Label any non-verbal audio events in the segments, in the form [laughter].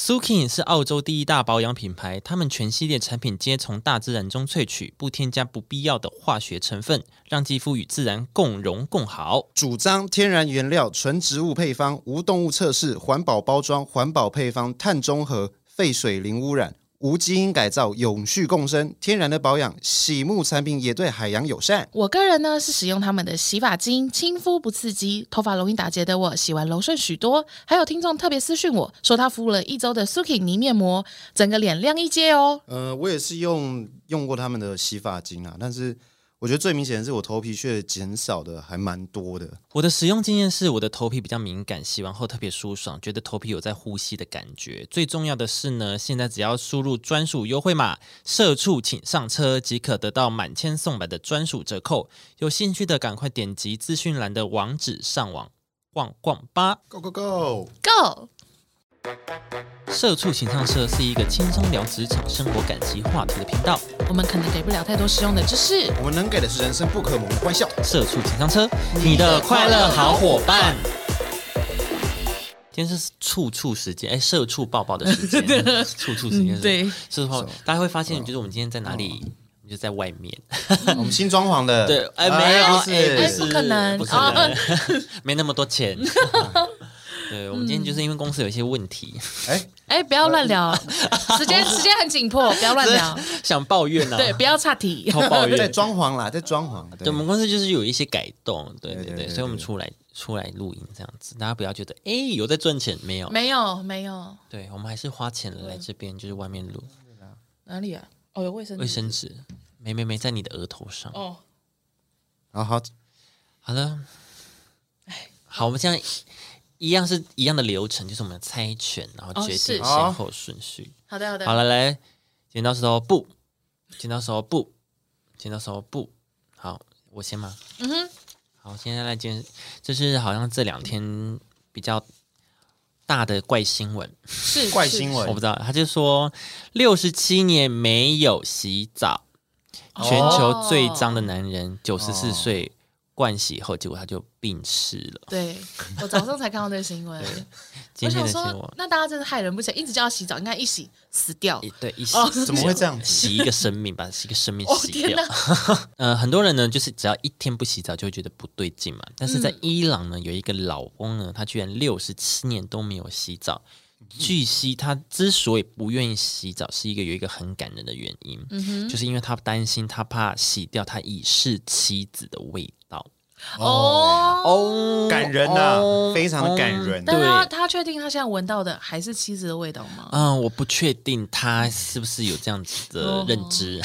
Sukin 是澳洲第一大保养品牌，他们全系列产品皆从大自然中萃取，不添加不必要的化学成分，让肌肤与自然共荣共好。主张天然原料、纯植物配方、无动物测试、环保包装、环保配方、碳中和、废水零污染、无基因改造、永续共生、天然的保养，洗沐产品也对海洋友善。我个人呢是使用他们的洗发精，亲肤不刺激，头发容易打结的我洗完柔顺许多。还有听众特别私讯我说他敷了一周的 Suki 泥面膜，整个脸亮一阶哦。呃，我也是用用过他们的洗发精啊，但是我觉得最明显的是我头皮屑减少的还蛮多的。我的使用经验是，我的头皮比较敏感，洗完后特别舒爽，觉得头皮有在呼吸的感觉。最重要的是呢，现在只要输入专属优惠码“社畜请上车”，即可得到满千送百的专属折扣。有兴趣的赶快点击资讯栏的网址上网逛逛吧。 Go go go！ Go，社畜请上车是一个轻松聊职场、生活、感情话题的频道。我们可能给不了太多实用的知识。我们能给的是人生不可磨的欢 [laughs] 笑。社畜请上车，你的快乐好伙伴。今天是处处时间，哎，社畜抱抱的时 [laughs] 间，处处时间是，嗯嗯对，社畜抱抱。大家会发现，就是我们今天在哪里，我们就在外面。我们新装潢的，对，哎，没有，哎哎不是，哦不可能不可能， [laughs] 没那么多 [laughs] 钱。对，我们今天就是因为公司有一些问题，哎，哎，不要乱聊，时间时间很紧迫，不要乱 [laughs] 聊，想抱怨啊，对，不要岔题。要抱在怨。装潢啦，在装潢。对，我们公司就是有一些改动，对对对对，对所以我们对出来出来录音这样子，大家不要觉得哎有在赚钱没有？没有没有，对，我们还是花钱来这边，就是外面录哪里啊？哦，有卫生纸卫生纸，没没没在你的额头上。哦，好哦好，好了，好，我们现在一样是一样的流程，就是我们猜拳，然后哦决是定好先后顺序。好的好的，好了，来，剪刀石头布，剪刀石头布，剪刀石头布。好，我先嘛。嗯哼，好，现在来剪，就是好像这两天比较大的怪新闻，是怪是新我不闻知道，他就说六十七年没有洗澡，哦全球最脏的男人，九十四岁灌洗后，结果他就病逝了。对我早上才看到这个新闻，今天我想的新说闻，，那大家真的害人不浅，一直叫他洗澡，应该一洗死掉一。对一洗哦怎么会这样子？洗一个生命，把一个生命哦洗天掉哪。呃，很多人呢，就是只要一天不洗澡就会觉得不对劲嘛。但是在嗯伊朗呢，有一个老翁呢，他居然六十七年都没有洗澡。嗯据悉，他之所以不愿意洗澡，是一个有一个很感人的原因，嗯就是因为他担心，他怕洗掉他已逝妻子的味道。哦，哦感人呐非常的感人啊但对，他他确定他现在闻到的还是妻子的味道吗？嗯，我不确定他是不是有这样子哦的认知。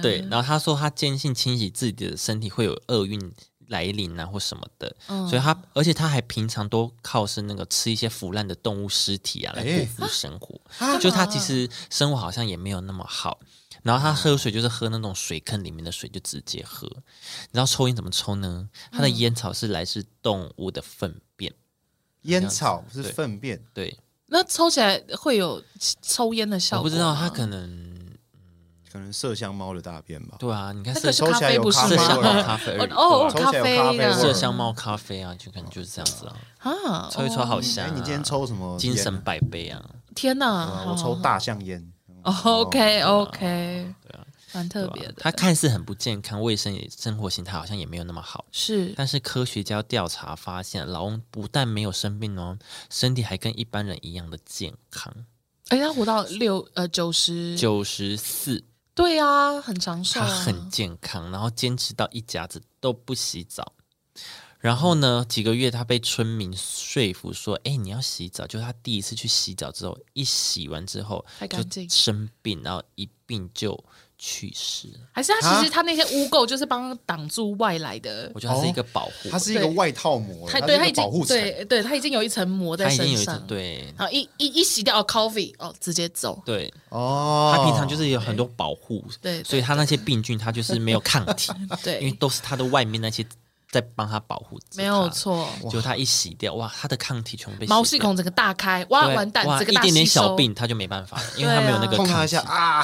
[laughs] 对，然后他说他坚信清洗自己的身体会有厄运来临啊或什么的，嗯所以他而且他还平常都靠是那个吃一些腐烂的动物尸体啊来过哎腹生活，啊就他其实生活好像也没有那么好。然后他喝水就是喝那种水坑里面的水，就直接喝。你知道抽烟怎么抽呢？他的嗯烟草是来自动物的粪便，烟草是对粪便，对，那抽起来会有抽烟的效我果？不知道他。可能可能麝香猫的大便吧。对啊，你看那个麝是抽咖起来啡有不是咖麝啡香味吗？猫儿咖啡而已，哦哦，抽起来咖有咖啡啡的味麝儿香猫咖啡啊，就可能就是这样子啊。啊，抽一抽哦好香、哎，啊。你今天抽什么烟？精神百倍啊，天哪哦啊！我抽大哦象烟。哦 OK OK，对啊，蛮特对吧啊别的。它看似很不健康，卫生也生活形态好像也没有那么好。是但是科学家调查发现，老翁不但没有生病哦，身体还跟一般人一样的健康，哎，他活到六呃九十，九十四，对啊，很长寿、他啊，很健康，然后坚持到一家子都不洗澡。然后呢，嗯几个月他被村民说服说：“哎，你要洗澡。”就是他第一次去洗澡之后，一洗完之后太干就净生病，然后一病就去世了。还是他其实他那些污垢就是帮他挡住外来的，我觉得它是一个保护，它是一个外套膜，他它对是他一已个保护经层。对对他已经有一层膜在它已经身有一上啊层，对然后一一一洗掉哦 coffee 哦，直接走，对，哦，它平常就是有很多保护，哦对对所以它那些病菌它就是没有抗体，因为 [laughs] 对，都是它的外面那些在帮它保护，没有。错，就它一洗掉，哇，它的抗体全部被洗毛细孔整个大开，哇对完蛋，哇这个一大吸点收点小病它就没办法了，因为它没有那个碰它抗一体下。啊，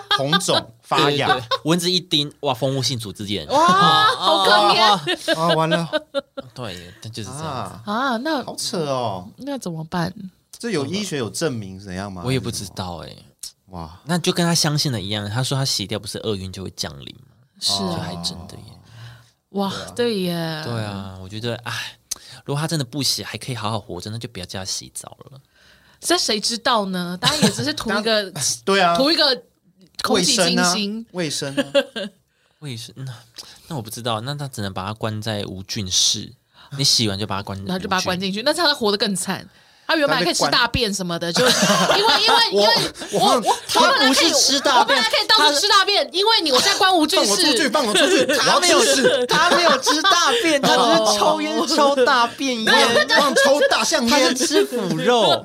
[laughs] 红肿发对对痒对，蚊子一叮，哇，蜂窝性组织炎，哇，好可哦怜 [laughs] 啊，完了对，它就是这样子。啊，啊，那好扯哦。那怎么办？这有医学有证明是怎样吗？我也不知道哎、哇，那就跟他相信的一样，他说他洗掉不是厄运就会降临吗？是这啊，还真的耶。哇，对耶，哦对啊，嗯我觉得哎，如果他真的不洗，还可以好好活着，那就不要叫他洗澡了。这谁知道呢？大家也只是 [laughs] 图一个 [laughs] 对啊，图一个空卫气生清啊新，，卫生啊，卫生那那我不知道，那他只能把他关在无菌室。你洗完就把他关，然后就把他关无菌。进去，那这样他活得更惨。他原本还可以吃大便什么的，就 [laughs] 因为因为因我为我我我他我本来不可以是吃大我本来便可以到处吃大便，因为你我现在关无 [laughs] 菌放我出去，室，放我出去， [laughs] 他没有事，他没有吃大便，他哦只是抽烟抽大便 [laughs] 烟，放抽大象他是烟，吃腐肉，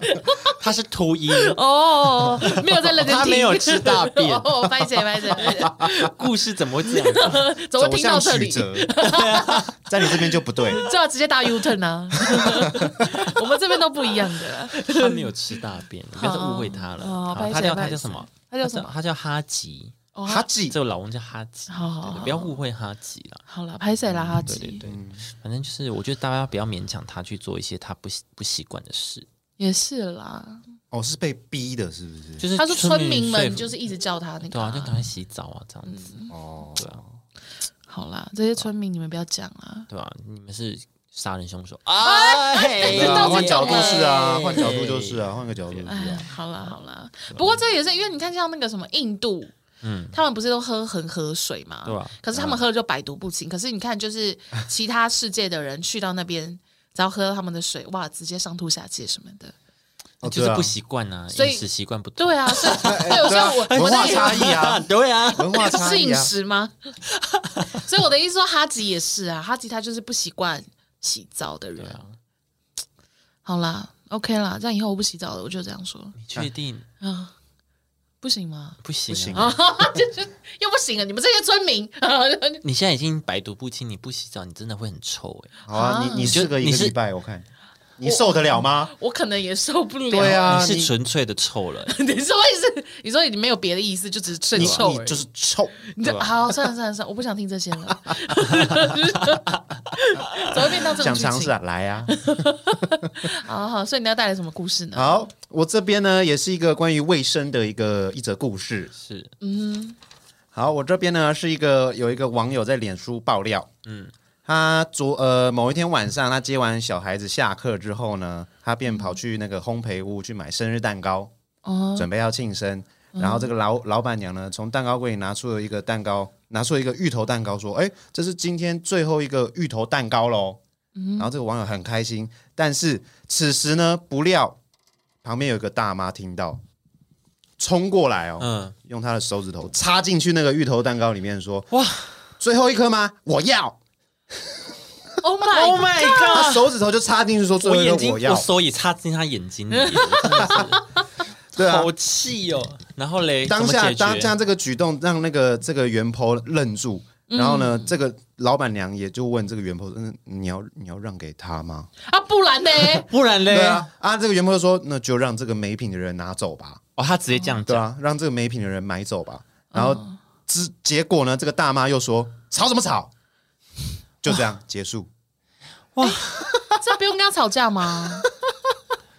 他是秃鹰。哦，没有在认真听，他没有吃大便哦，拍谁拍谁，故事怎么会这样 [laughs] 子？怎么会听到这里？走向曲 [laughs] 折，在你这边就不对。就要直接打 U turn 啊！我们这边都不一样的啦。他没有吃大便，你不要再误会他了。哦好抱歉他叫抱他歉叫什么？他叫什么？他叫哈吉，哦，哈记这个老翁叫哈吉。好好对对好不要误会哈吉啦。好了，拍谁啦？哈对对吉对，反正就是我觉得大家不要勉强他去做一些他不习不习惯的事。也是啦。哦，是被逼的，是不是？就是他说村民说们服就是一直叫他那个对啊，就啊。嗯赶快洗澡啊，这样子，哦，对啊，好啦，这些村民你们不要讲啊。对啊，你们是杀人凶手啊！对嘿知道啊，哎这换角度种是啊，哎换角度就是啊，换个角度就是哎啊。，好啦好啦，不过这也是因为你看像那个什么印度，嗯，他们不是都喝恒河水嘛？对啊可是他们喝了就百毒不侵。可是你看，就是其他世界的人去到那边，只要喝到他们的水，哇，直接上吐下泻什么的。哦就是不习惯啊，所以饮食习惯不同。对啊， [laughs] 是，对，所对啊以我哎我文在化差异啊，对啊，文化差是异饮啊，食吗？ [laughs] 所以我的意思说，哈吉也是啊，哈吉他就是不习惯洗澡的人。对啊好啦，OK 啦，这样以后我不洗澡了，我就这样说你确定啊，不行吗？不行？不行啊！啊， [laughs] 就是又不行了，你们这些村民， [laughs] 你现在已经百毒不侵，你不洗澡，你真的会很臭哎。好啊，你你你就试个一你个是礼拜，我看你受得了吗？我可能也受不了。对啊，你是纯粹的臭了， [laughs] 你是为是？你说你没有别的意思，就只是你你顺臭你而已。就是臭，你这好，算了算了算了，我不想听这些 [laughs] 了。怎么会变到这种想剧尝试情？啊，来啊！好好，所以你要带来什么故事呢？好，我这边呢也是一个关于卫生的一个一则故事。是好，我这边呢是一个有一个网友在脸书爆料，嗯，他昨呃某一天晚上，他接完小孩子下课之后呢，他便跑去那个烘焙屋去买生日蛋糕，哦，准备要庆生。然后这个老老板娘呢，从蛋糕柜里拿出了一个蛋糕，拿出了一个芋头蛋糕，说：“哎，这是今天最后一个芋头蛋糕喽。然后这个网友很开心，但是此时呢，不料旁边有一个大妈听到，冲过来哦，嗯，用她的手指头插进去那个芋头蛋糕里面，说：“哇，最后一颗吗？我要。 Oh [laughs] my，my 她手指头就插进去说：“最啊我后一眼颗睛，要我。手也插进他眼睛里，我真的是”对啊好，气哦。然后嘞，当怎么下解决当下这个举动让那个这个袁婆愣住，然后嗯呢，这个老板娘也就问这个袁婆：“嗯，你要你要让给他吗啊，不然呢？ [laughs] 不然？”嘞对，啊，啊，这个袁婆就说：“那就让这个没品的人拿走吧。”哦，他直接这样对讲，啊，让这个没品的人买走吧。嗯然后之结果呢，这个大妈又说：“吵什么吵？”就这样结束。这不用跟他吵架吗？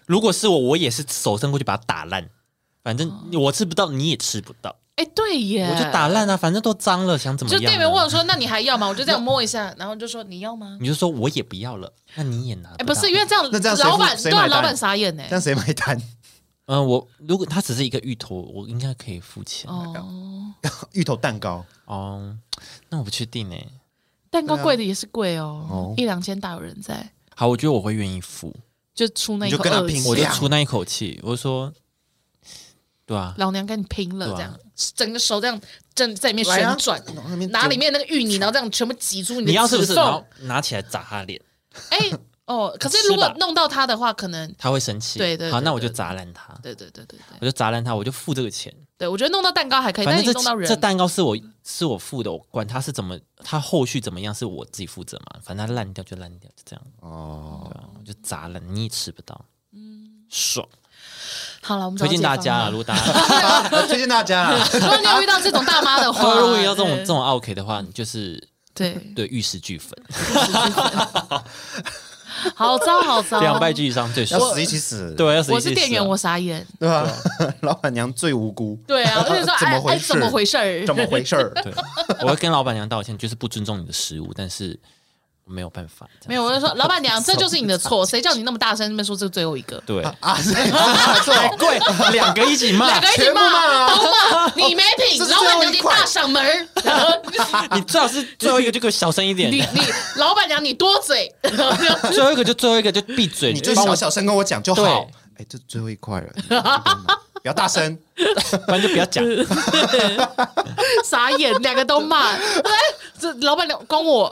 如果是我，我也是手伸过去把它打烂，反哦正我吃不到，你也吃不到，哎，对耶，我就打烂啊，反正都脏了，想怎啊么就样？啊店员问，我说：“那你还要吗？”我就这样摸一下，然后就说：“你要吗你就说我也不要了，那你也拿。？”哎，不是，因，为这样，那这样谁老板付谁对啊，买单老板傻眼呢。哎但谁买单？ [laughs] 嗯、我如果它只是一个芋头，我应该可以付钱。哦，哦，芋头蛋糕那我不确定哎。蛋糕贵的也是贵哦哦，一两千大有人在，好，我觉得我会愿意付，就出那一你就口跟他恶拼气我就这样出那一口气，我就说，对啊，老娘跟你拼了，对啊这样整个手这样正在里面来啊旋转，然后那边拿里面那个芋泥，然后这样全部挤出你的你要是不指是然缝后。拿起来砸他脸，哎，哦，可是如吃果吧弄到他的话，可能他会生气。对对对好，那我对就对砸烂他，对对对对对我就砸烂他，我就付这个钱。对，我觉得弄到蛋糕还可以，反但是正哎你弄到这这人，蛋糕是我是我付的，我管它是怎么，它后续怎么样是我自己负责嘛，反正它烂掉就烂掉，就这样，哦 [laughs] 对，吧、我就砸了，你也吃不到，嗯，爽，好了，我们找推到荐大家解啊，方如了果大 [laughs] 家啊 [laughs] 推荐大家啦。如果你有遇到这种大妈的 [laughs] 话，如果要这种对这种 OK 的话，你就是对，对玉石俱焚，好糟好糟， [laughs] 两败俱伤最要爽。死一起死，对，要死我一起是店员，死啊我傻眼。对吧？ [laughs] 老板娘最无辜，对啊，我就 [laughs] 说，怎么哎回哎，事怎么回事儿？怎么回事 [laughs] 儿？对，我会跟老板娘道歉，就是不尊重你的食物，但是我没有办法。这样没有，[laughs] 我就说，老板娘，这就是你的错，谁叫你那么大声？那边说这是最后一个，对，啊，是啊这种贵，两个一起骂两个，一起全部骂哎骂，啊都骂，你没 [laughs] 这品，是老板最后娘一你块大嗓门 [laughs] 儿，你最好是最后一个就给我小声一点你，你老板娘你多嘴， [laughs] [laughs] 最后一个就最后一个就闭嘴，你就帮我小小声跟我讲就好对。哎，这最后一块了，你不要 [laughs] 骂不要大声。不然就不要讲。傻眼，两个都骂， [laughs] 哎，这老板娘光我，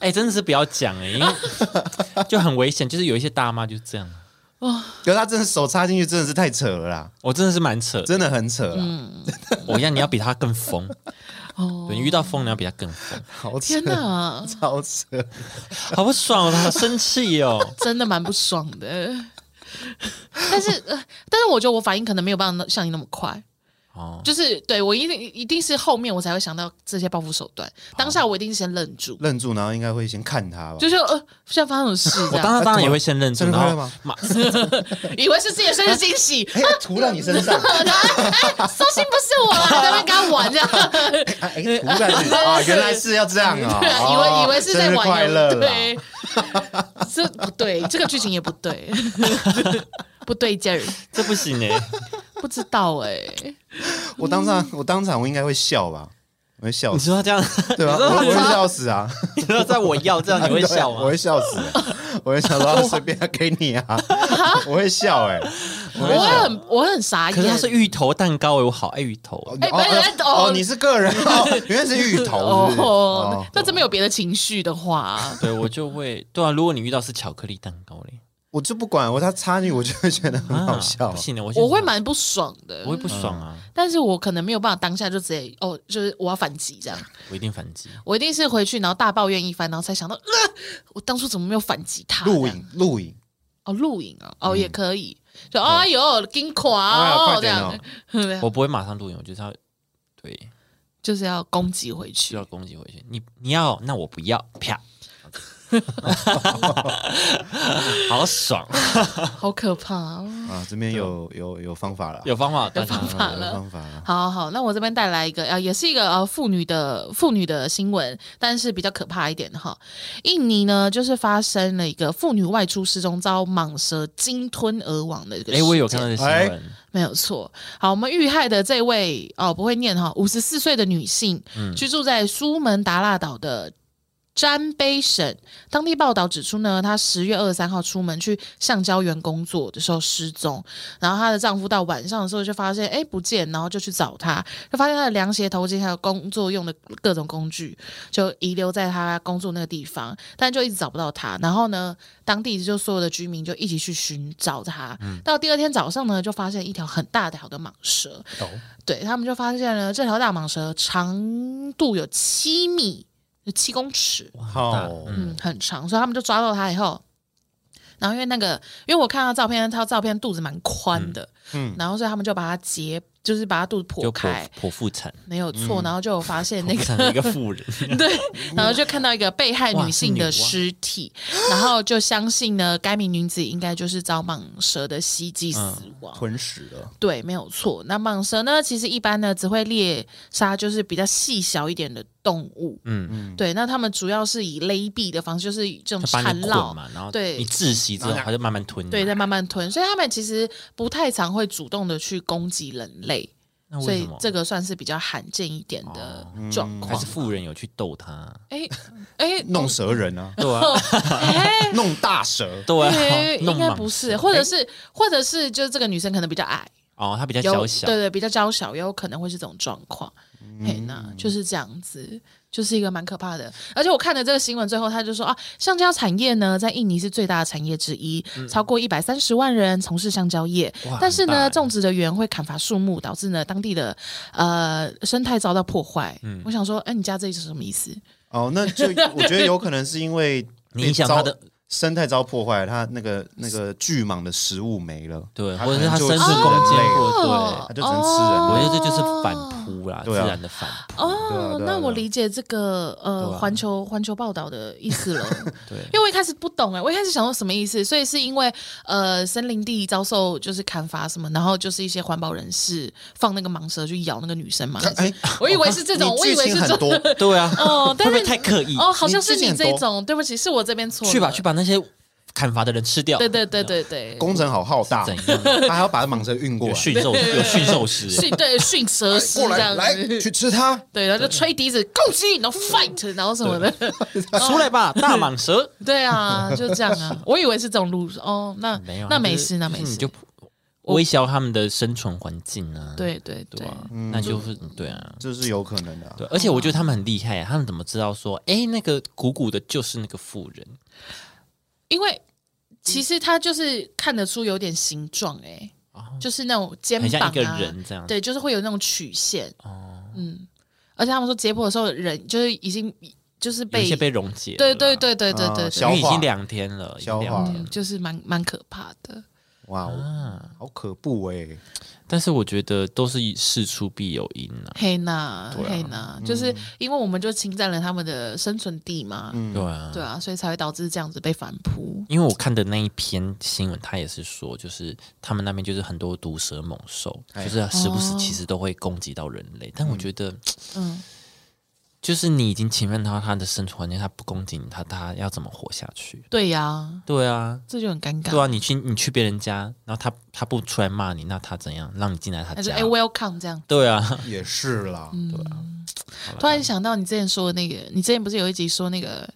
哎，真的是不要讲哎，因为就很危险，就是有一些大妈就是这样。可是他真的手插进去，真的是太扯了啦，我真的是蛮扯的，真的很扯嗯啦，我一样，你要比他更疯，哦对，你遇到疯你要比他更疯，好扯天，哪，超扯。好不爽哦，好生气 [laughs] 哦。真的蛮不爽的。但是，呃但是我觉得我反应可能没有办法像你那么快，哦，就是对我一定一定是后面我才会想到这些报复手段，当下我一定先愣住，愣住，然后应该会先看他吧。就是呃，现在发生什么事这我当样，然当然也会先认真，生日快然乐后吗马以为是自己的生日惊喜， [laughs] 哎，涂到你身上，哎，哎收心不是我啦，还在那边跟他玩这样，哎，哎涂在 [laughs] 你啊，原来是要这样啊！哦以为以为是在生日玩快乐啊啦，对，这不对，这个剧情也不对， [laughs] 不对劲儿，这不行哎，不知道哎、 [laughs] 我当场我当场我应该会笑吧，我会笑你死，说他这样， [laughs] 对吧？你说我他我会笑死啊！你说在我要这样 [laughs] 你会笑我吗会？笑死，我会 [laughs] 想说随便给你啊，我会笑哎，我会很我会很傻眼，可是它是芋头蛋糕哎，我好爱芋头哦。哎没人懂哦，你是个人，哦原来是芋头，是不是哦哦，那这边有别的情绪的话，对，我就会对啊。如果你遇到是巧克力蛋糕嘞，我就不管，我他插进去我就会觉得很好笑啊、不，行 [laughs] 的，我我会买，蛮不爽的我，会不爽啊，但是我可能没有办法当下就直接哦，就是我要反击这样，我一定反击。我一定是回去然后大抱怨一番，然后才想到，呃、我当初怎么没有反击他？录这样影录影，哦，录影啊，哦、也可以，就哎呦，金垮嗯哎呀哦快这点样哦， [laughs] 对我不会马上录影，我就是要对，就是要攻击回就去要。攻击回去。你你要，那我不要， [laughs] 啪，好爽，啊好可怕、哦！啊，这边有有有方法了，有方法，有方法啊有方法了。好好，那我这边带来一个呃，也是一个呃妇女的妇女的新闻，但是比较可怕一点哈。印尼呢，就是发生了一个妇女外出失踪遭蟒蛇鲸吞而亡的一个事哎、件。我有看到这新闻，没有错。好，我们遇害的这位哦，不会念哈，五十四岁的女性，居住在苏门答腊岛的。詹卑省当地报道指出呢，她十月二十三号出门去橡胶园工作的时候失踪，然后她的丈夫到晚上的时候就发现哎不见，然后就去找她，就发现她的凉鞋、头巾还有工作用的各种工具就遗留在她工作那个地方，但就一直找不到她。然后呢，当地就所有的居民就一起去寻找她。到第二天早上呢，就发现一条很大条的蟒蛇，哦对他们就发现了这条大蟒蛇长度有七米，就七公尺，哇好大哦嗯嗯，很长，所以他们就抓到它以后。然后因为那个，因为我看到照片，他照片肚子蛮宽的，嗯嗯，然后所以他们就把它截，就是把它肚子就剖剖开，剖腹产，没有错，然后就有发现那那个个一个妇 [laughs] 人，对，然后就看到一个被害女性的哇是女哇尸体，然后就相信呢，该名女子应该就是遭蟒蛇的袭击死嗯亡。吞食了，对，没有错。那蟒蛇呢，其实一般呢只会猎杀就是比较细小一点的动物，嗯，对，那他们主要是以勒毙的方式，就是以这种他把缠你绕捆。嘛，嗯然后对你窒息之后，然后他就慢慢吞。对，，再慢慢吞，所以他们其实不太常会主动的去攻击人类，那所为什以么？哦嗯这个算是比较罕见一点的状还况是。妇人有去逗他？哎哎，弄蛇人 [laughs] 啊，对啊， [laughs] 弄大蛇，对 [laughs] 对，啊，弄应该蟒不蛇是，或者是，或者是，就是这个女生可能比较矮，哦，他比较有娇小对，对，比较娇小，也有可能会是这种状况。嘿，那嗯就是这样子，就是一个蛮可怕的。而且我看了这个新闻，最后他就说啊，橡胶产业呢，在印尼是最大的产业之一，超过一百三十万人从事橡胶业嗯哇。但是很大呢，欸种植的园会砍伐树木，导致呢当地的呃生态遭到破坏。嗯我想说，哎、你家这是什么意思？ [laughs] 哦，那就我觉得有可能是因为你影响他的遭生态遭破坏，它那个那个巨蟒的食物没了，对，它或者可是能它就生吃存人空间类不对，哦它就只能吃人我了觉得这就是反扑啦，自对啊然的反扑。对啊哦对，啊那对我啊理解这个呃对啊环球环球报道的 [laughs] 意思了，对因为我一开始不懂哎，我一开始想说什么意思，所以是因为呃森林地遭受就是砍伐什么，然后就是一些环保人士放那个蟒蛇去咬那个女生嘛，还是哎， [laughs] 我以为是这种，你我以为剧是情这很种，多，对啊， [laughs] 哦，会但不是会太刻意？哦，好像你是之前你很这多种，对不起，是我这边错了，去吧，去把那些砍伐的人吃掉。对对对对对，工程好浩大，怎样？他还要把蟒蛇运过有来，驯兽，有驯兽师。驯对驯蛇师过这来样来子，去吃它，对，然后就吹笛子攻击，然后 fight，然后什么的，出来 [laughs] 吧，大蟒蛇。对啊，就这样 [laughs] 啊，我以为是这种路哦，那没有啊，那就没是事，那就是没你事，就微消他们的生存环境啊。对对对对啊，嗯那就是对啊。这是有可能的啊。对，而且我觉得他们很厉害、啊，他们怎么知道说，哎，那个鼓鼓的就是那个妇人？因嗯为其实他就是看得出有点形状，哎，就是那种肩哦很像膀一个啊，人这样对，就是会有那种曲线，哦，嗯，而且他们说解剖的时候，人就是已经就是有一被些被溶解了对啦，对对对对啊对对，嗯因消为已化经两天了，已经消两化天了了。就是蛮蛮可怕的。哇啊哦，好可怖哎！但是我觉得都是事出必有因啊，嗯黑娜，黑娜，就是因为我们就侵占了他们的生存地嘛，嗯对啊，对啊，所以才会导致这样子被反扑。因为我看的那一篇新闻，他也是说，就是他们那边就是很多毒蛇猛兽，哎就是时不时其实都会攻击到人类。但我觉得，嗯，就是你已经侵犯到它的生存环境，它不攻击你，它它要怎么活下去？对呀、对啊，这就很尴尬。对啊，你去你去别人家，然后他他不出来骂你，那他怎样让你进来他但是家哎、？w e l c o m e 这样。对啊，也是啦，嗯突然想到你之前说的那个，你之前不是有一集说那个，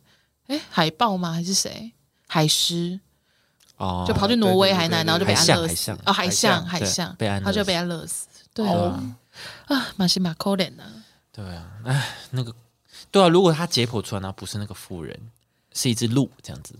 哎、海豹吗？还是谁？海狮哦，就跑去挪威对对对海南，对然后就被海安象乐海死象。哦，海象，海象对海象，被安他就乐被死哦安乐死。对啊，啊，马西马可怜啊，对啊，哎，那个对啊，如果他解剖出来，然后不是那个妇人，是一只鹿这样子，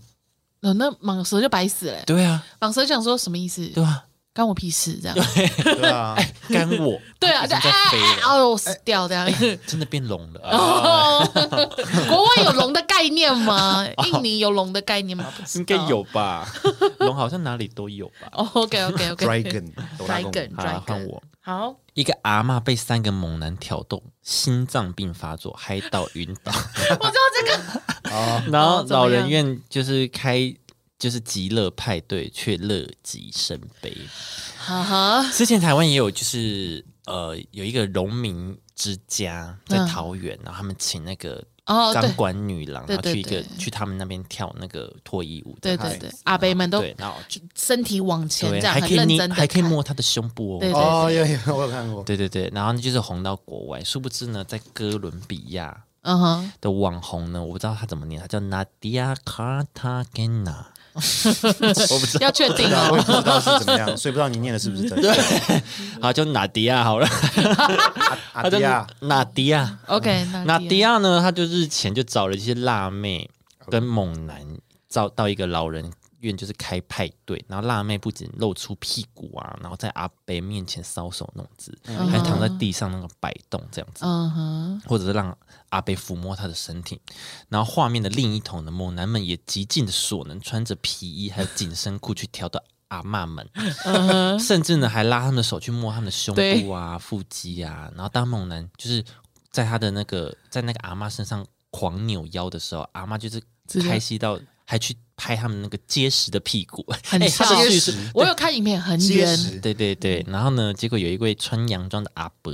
哦那蟒蛇就白死了、欸。对啊，蟒蛇想说什么意思？对 [laughs] 啊，干我屁事 [laughs] 这样。对 [laughs] 啊，哎干我，对啊，已就经在哎飞哎，了，哎哦，我死掉这样。真的变聋了啊，哦，国外有龙的概 [laughs] 念吗？印尼有龙的概念吗？不知道应该。有吧？哦 [laughs] 龙好像哪里都有吧？ OK OK OK。 Dragon 斗大公 Dragon 好啦 Dragon 换我。好， [laughs] 一个阿嬷被三个猛男挑动，心脏病发作，嗨到晕倒。 [laughs] 我知道这个。 [laughs] 啊，然后哦怎么老样人院就是开就是极乐派对，却乐极生悲。哈啊哈，之前台湾也有就是呃有一个农民之家在嗯桃园，然后他们请那个哦钢对管女郎，对然后去一对个对去他们那边跳那个脱衣舞对的。对对，阿北们都对，然后就身体往前对这样，还很可以认捏真的，还可以。摸她的胸部对哦。对哦，有有，我有看过，对对对，然后就是红到国外，殊不知呢，在哥伦比亚嗯哼， [laughs] 的网红呢，我不知道她怎么念，她叫 Nadia Cartagena。要确定对啊我哦。也不知道是怎么样，所以不知道你念的是不是真的。好，就纳迪亚好了，阿迪啊亚，纳迪亚。 OK，纳那迪亚呢，他就日前就找了一些辣妹跟猛男，到到一个老人院就是开派对，然后辣妹不仅露出屁股啊，然后在阿北面前搔首弄姿，还躺在地上那个摆动这样子，嗯哼，或者是让阿北抚摸她的身体。然后画面的另一头呢，猛男们也极尽所能，穿着皮衣还有紧身裤去挑逗阿嬷们。嗯哼，甚至呢还拉他们的手去摸他们的胸对部啊、腹肌啊，然后当猛男就是在他的那个在那个阿妈身上狂扭腰的时候，阿妈就是直接开心到还去拍他们那个结实的屁股，[laughs] 很哎他的结叙实述我有看影片，很结远，实，对对对，然后呢，结果有一位穿洋装的阿伯，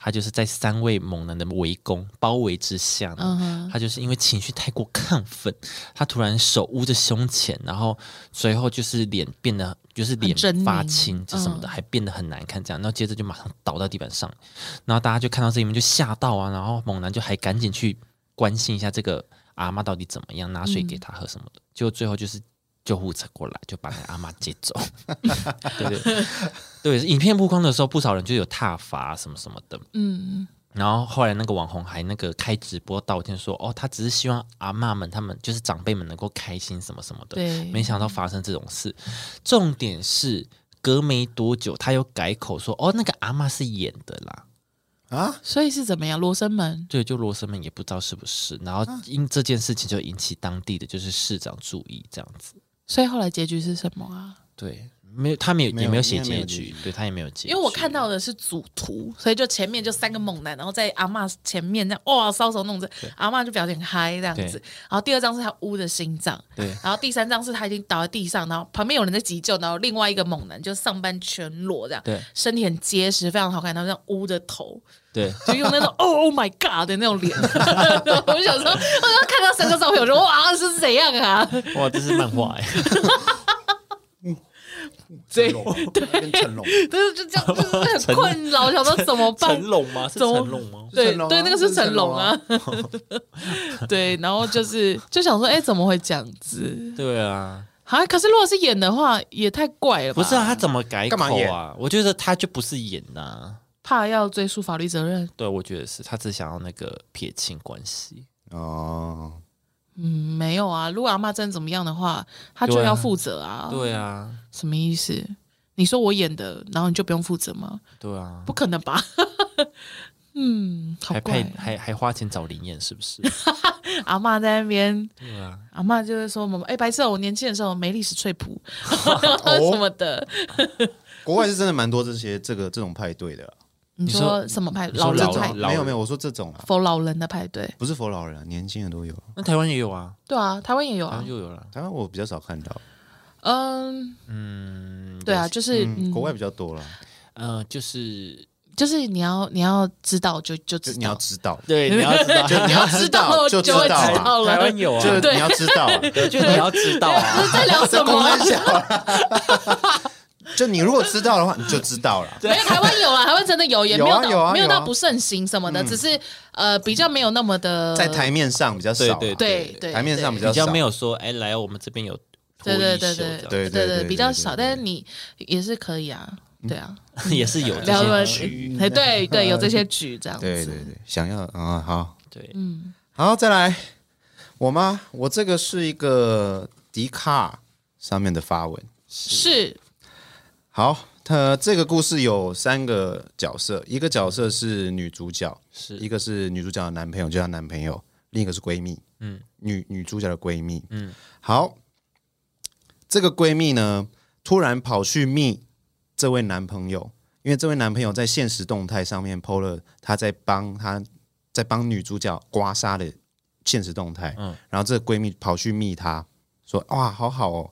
他就是在三位猛男的围攻包围之下呢，嗯哼他就是因为情绪太过亢奋，他突然手捂着胸前，然后随后就是脸变得就是脸狰狞嗯发青这什么的，还变得很难看这样，然后接着就马上倒到地板上，然后大家就看到这一幕就吓到啊，然后猛男就还赶紧去关心一下这个阿妈到底怎么样，拿水给她喝什么的，结果最后就是救护车过来就把那个阿妈接 [laughs] 走。对对对，影片曝光的时候，不少人就有挞伐什么什么的。嗯，然后后来那个网红还那个开直播道歉说，哦，他只是希望阿嬷们他们就是长辈们能够开心什么什么的。对没想到发生这种事。重点是隔没多久，他又改口说，哦，那个阿嬷是演的啦。啊，所以是怎么样？罗生门对，就罗生门也不知道是不是，然后因这件事情就引起当地的就是市长注意，这样子。所以后来结局是什么啊？对，没有，他没有，没有也没有写应该没有结结局，对他也没有结局。因为我看到的是组图，所以就前面就三个猛男，然后在阿嬷前面这样哇搔首弄姿，阿嬷就表情嗨这样子对。然后第二张是他捂着心脏，对然后第三张是他已经倒在地上，然后旁边有人在急救，然后另外一个猛男就上半全裸这样，对身体很结实，非常好看，然后这样捂着头，对，就用那种 [laughs] 哦 Oh my God 的那种 [laughs] 脸。然后我就想说，我刚看到三个照片，我说哇是怎 [laughs] 样啊？哇，这是漫画哎、 [laughs] 成龙对跟成龙，就是就这样，就是很困扰，想说怎么办成？龙吗？是怎么成龙吗？对成龙啊对，那个这是是成成龙龙啊。 [laughs] 对，然后就是就想说，哎，怎么会这样子？对啊，啊，可是如果是演的话，也太怪了吧？不是啊，，他怎么改干嘛口啊？我觉得他就不是演啊呐、怕要追溯法律责任。对，我觉得是他只想要那个撇清关系。哦，嗯，没有啊。如果阿妈真的怎么样的话，他就对啊要负责啊。对啊，什么意思？你说我演的，然后你就不用负责吗？对啊，不可能吧？ [laughs] 嗯，好还怪啊配。还还花钱找林燕是不是？ [laughs] 阿妈在那边，对啊，阿妈就会说：“我们哎，白色，我年轻的时候没历史翠 [laughs] 谱 [laughs] 什么哦的。国外是真的蛮多这些这个这种派对的啦，”你说说什么派？你说哦老人老派人没有没有，我说这种啊，否老人的派对，不是佛老人啊，年轻的都有。那台湾也有 [laughs] 啊，对啊，台湾也有台啊湾。就有了。台湾我比较少看到，嗯，嗯，对啊，就是、嗯，嗯、国外比较多了，呃，就是就是你要你要知道就就就知你要道，知道， [laughs] 对，你要知道，就你要 [laughs] 知知道就就会知道知啊道台了。湾有啊，就就你要知道啊，就你要知道啊，在聊什么啊？小啊？就你如果知道的话，你就知道了。没有台湾有啊，台湾真的有，也有没啊有到有啊没有有到啊不盛行什么的，只是呃比较没有那么的在台面上比较少啊，对对对对台面上比对比较少没有说，哎，来，我们这边有脱对对衣对秀对这对样，对对对对比较对少，对嗯但是你也是可以啊，对啊， [laughs] 也是有聊了这些区域。哎对对有这些局这样子，对对对，想要啊、好，对，嗯，好，再来我吗？我这个是一个迪卡上面的发文。是好，它这个故事有三个角色，一个角色是女主角，是一个是女主角的男朋友，就她男朋友；另一个是闺蜜，嗯嗯，女女主角的闺蜜，嗯嗯，好，这个闺蜜呢，突然跑去密这位男朋友，因为这位男朋友在现实动态上面 PO 了他在帮他在帮女主角刮痧的现实动态，嗯嗯，然后这个闺蜜跑去密他说，哇，好好哦。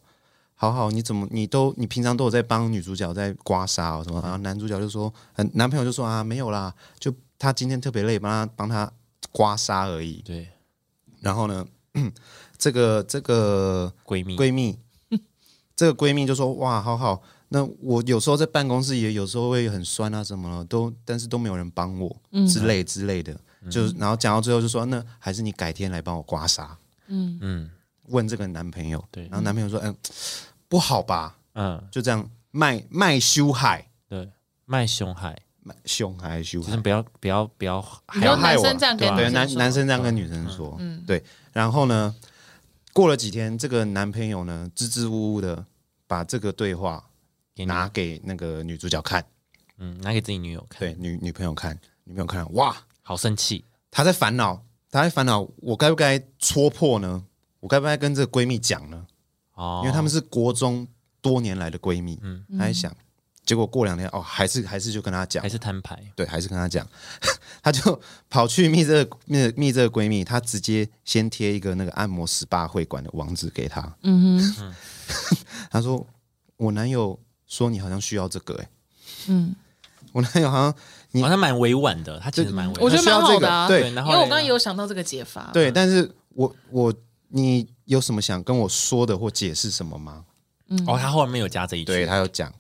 好好，你怎么你都你平常都有在帮女主角在刮痧哦什么？然后男主角就说，呃男朋友就说啊没有啦，就他今天特别累，帮他帮他刮痧而已。对，然后呢， [clears throat] 这个这个闺蜜，闺蜜，嗯这个闺蜜就说哇好好，那我有时候在办公室也有时候会很酸啊什么的，都但是都没有人帮我嗯之类之类的，嗯就是然后讲到最后就说那还是你改天来帮我刮痧，嗯问这个男朋友，对然后男朋友说嗯不好吧，嗯，就这样卖卖羞害，对，卖凶害，卖凶还是羞就害是。不要不要不要，还你说要要害男我生这样跟对啊啊嗯对，女生男说嗯男生这样跟女生说，对。然后呢，过了几天，这个男朋友呢，支支吾吾的把这个对话给你拿给那个女主角看，嗯拿给自己女友看，对，女女朋友看，女朋友看，哇，好生气，她在烦恼，她在烦恼，我该不该戳破呢？我该不该跟这个闺蜜讲呢？哦，因为她们是国中多年来的闺蜜，嗯，她在想，结果过两天，哦，还是还是就跟她讲还，是摊牌，对，还是跟她讲， [laughs] 她就跑去密这个密密这个闺蜜，她直接先贴一个那个按摩 SPA 会馆的网址给她。嗯哼她说：“我男友说你好像需要这个、欸，嗯，我男友好像你好像哦蛮委婉的，他其实蛮委我婉觉的，得蛮好的啊她需要这对，个然因后为我嘞刚刚也有想到这个解法，对对，但是我我你有什么想跟我说的或解释什么吗？”哦，他后面有加这一句，对，他啊有讲，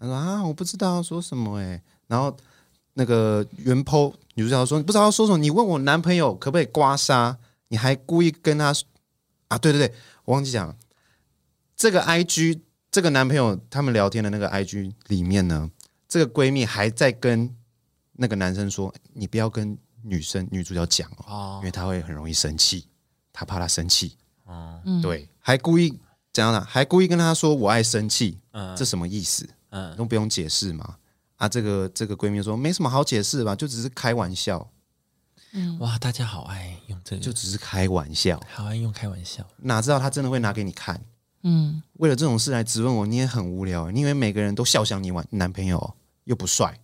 他说啊，我不知道要说什么哎、然后那个原 po 女主角说，你不知道要说什么，你问我男朋友可不可以刮痧，你还故意跟他说啊，对对对，我忘记讲了，这个 IG 这个男朋友他们聊天的那个 IG 里面呢，这个闺蜜还在跟那个男生说，你不要跟女生女主角讲哦，哦，因为她会很容易生气，她怕她生气，哦，嗯对，还故意怎样呢？还故意跟她说我爱生气，嗯这什么意思？嗯，都不用解释嘛。啊，这个这个闺蜜说没什么好解释吧，就只是开玩笑，哇，大家好爱用这个，就只是开玩笑，好爱用开玩笑，哪知道她真的会拿给你看。嗯，为了这种事来质问我，你也很无聊欸。你以为每个人都笑想你玩男朋友哦又不 [laughs] 帅，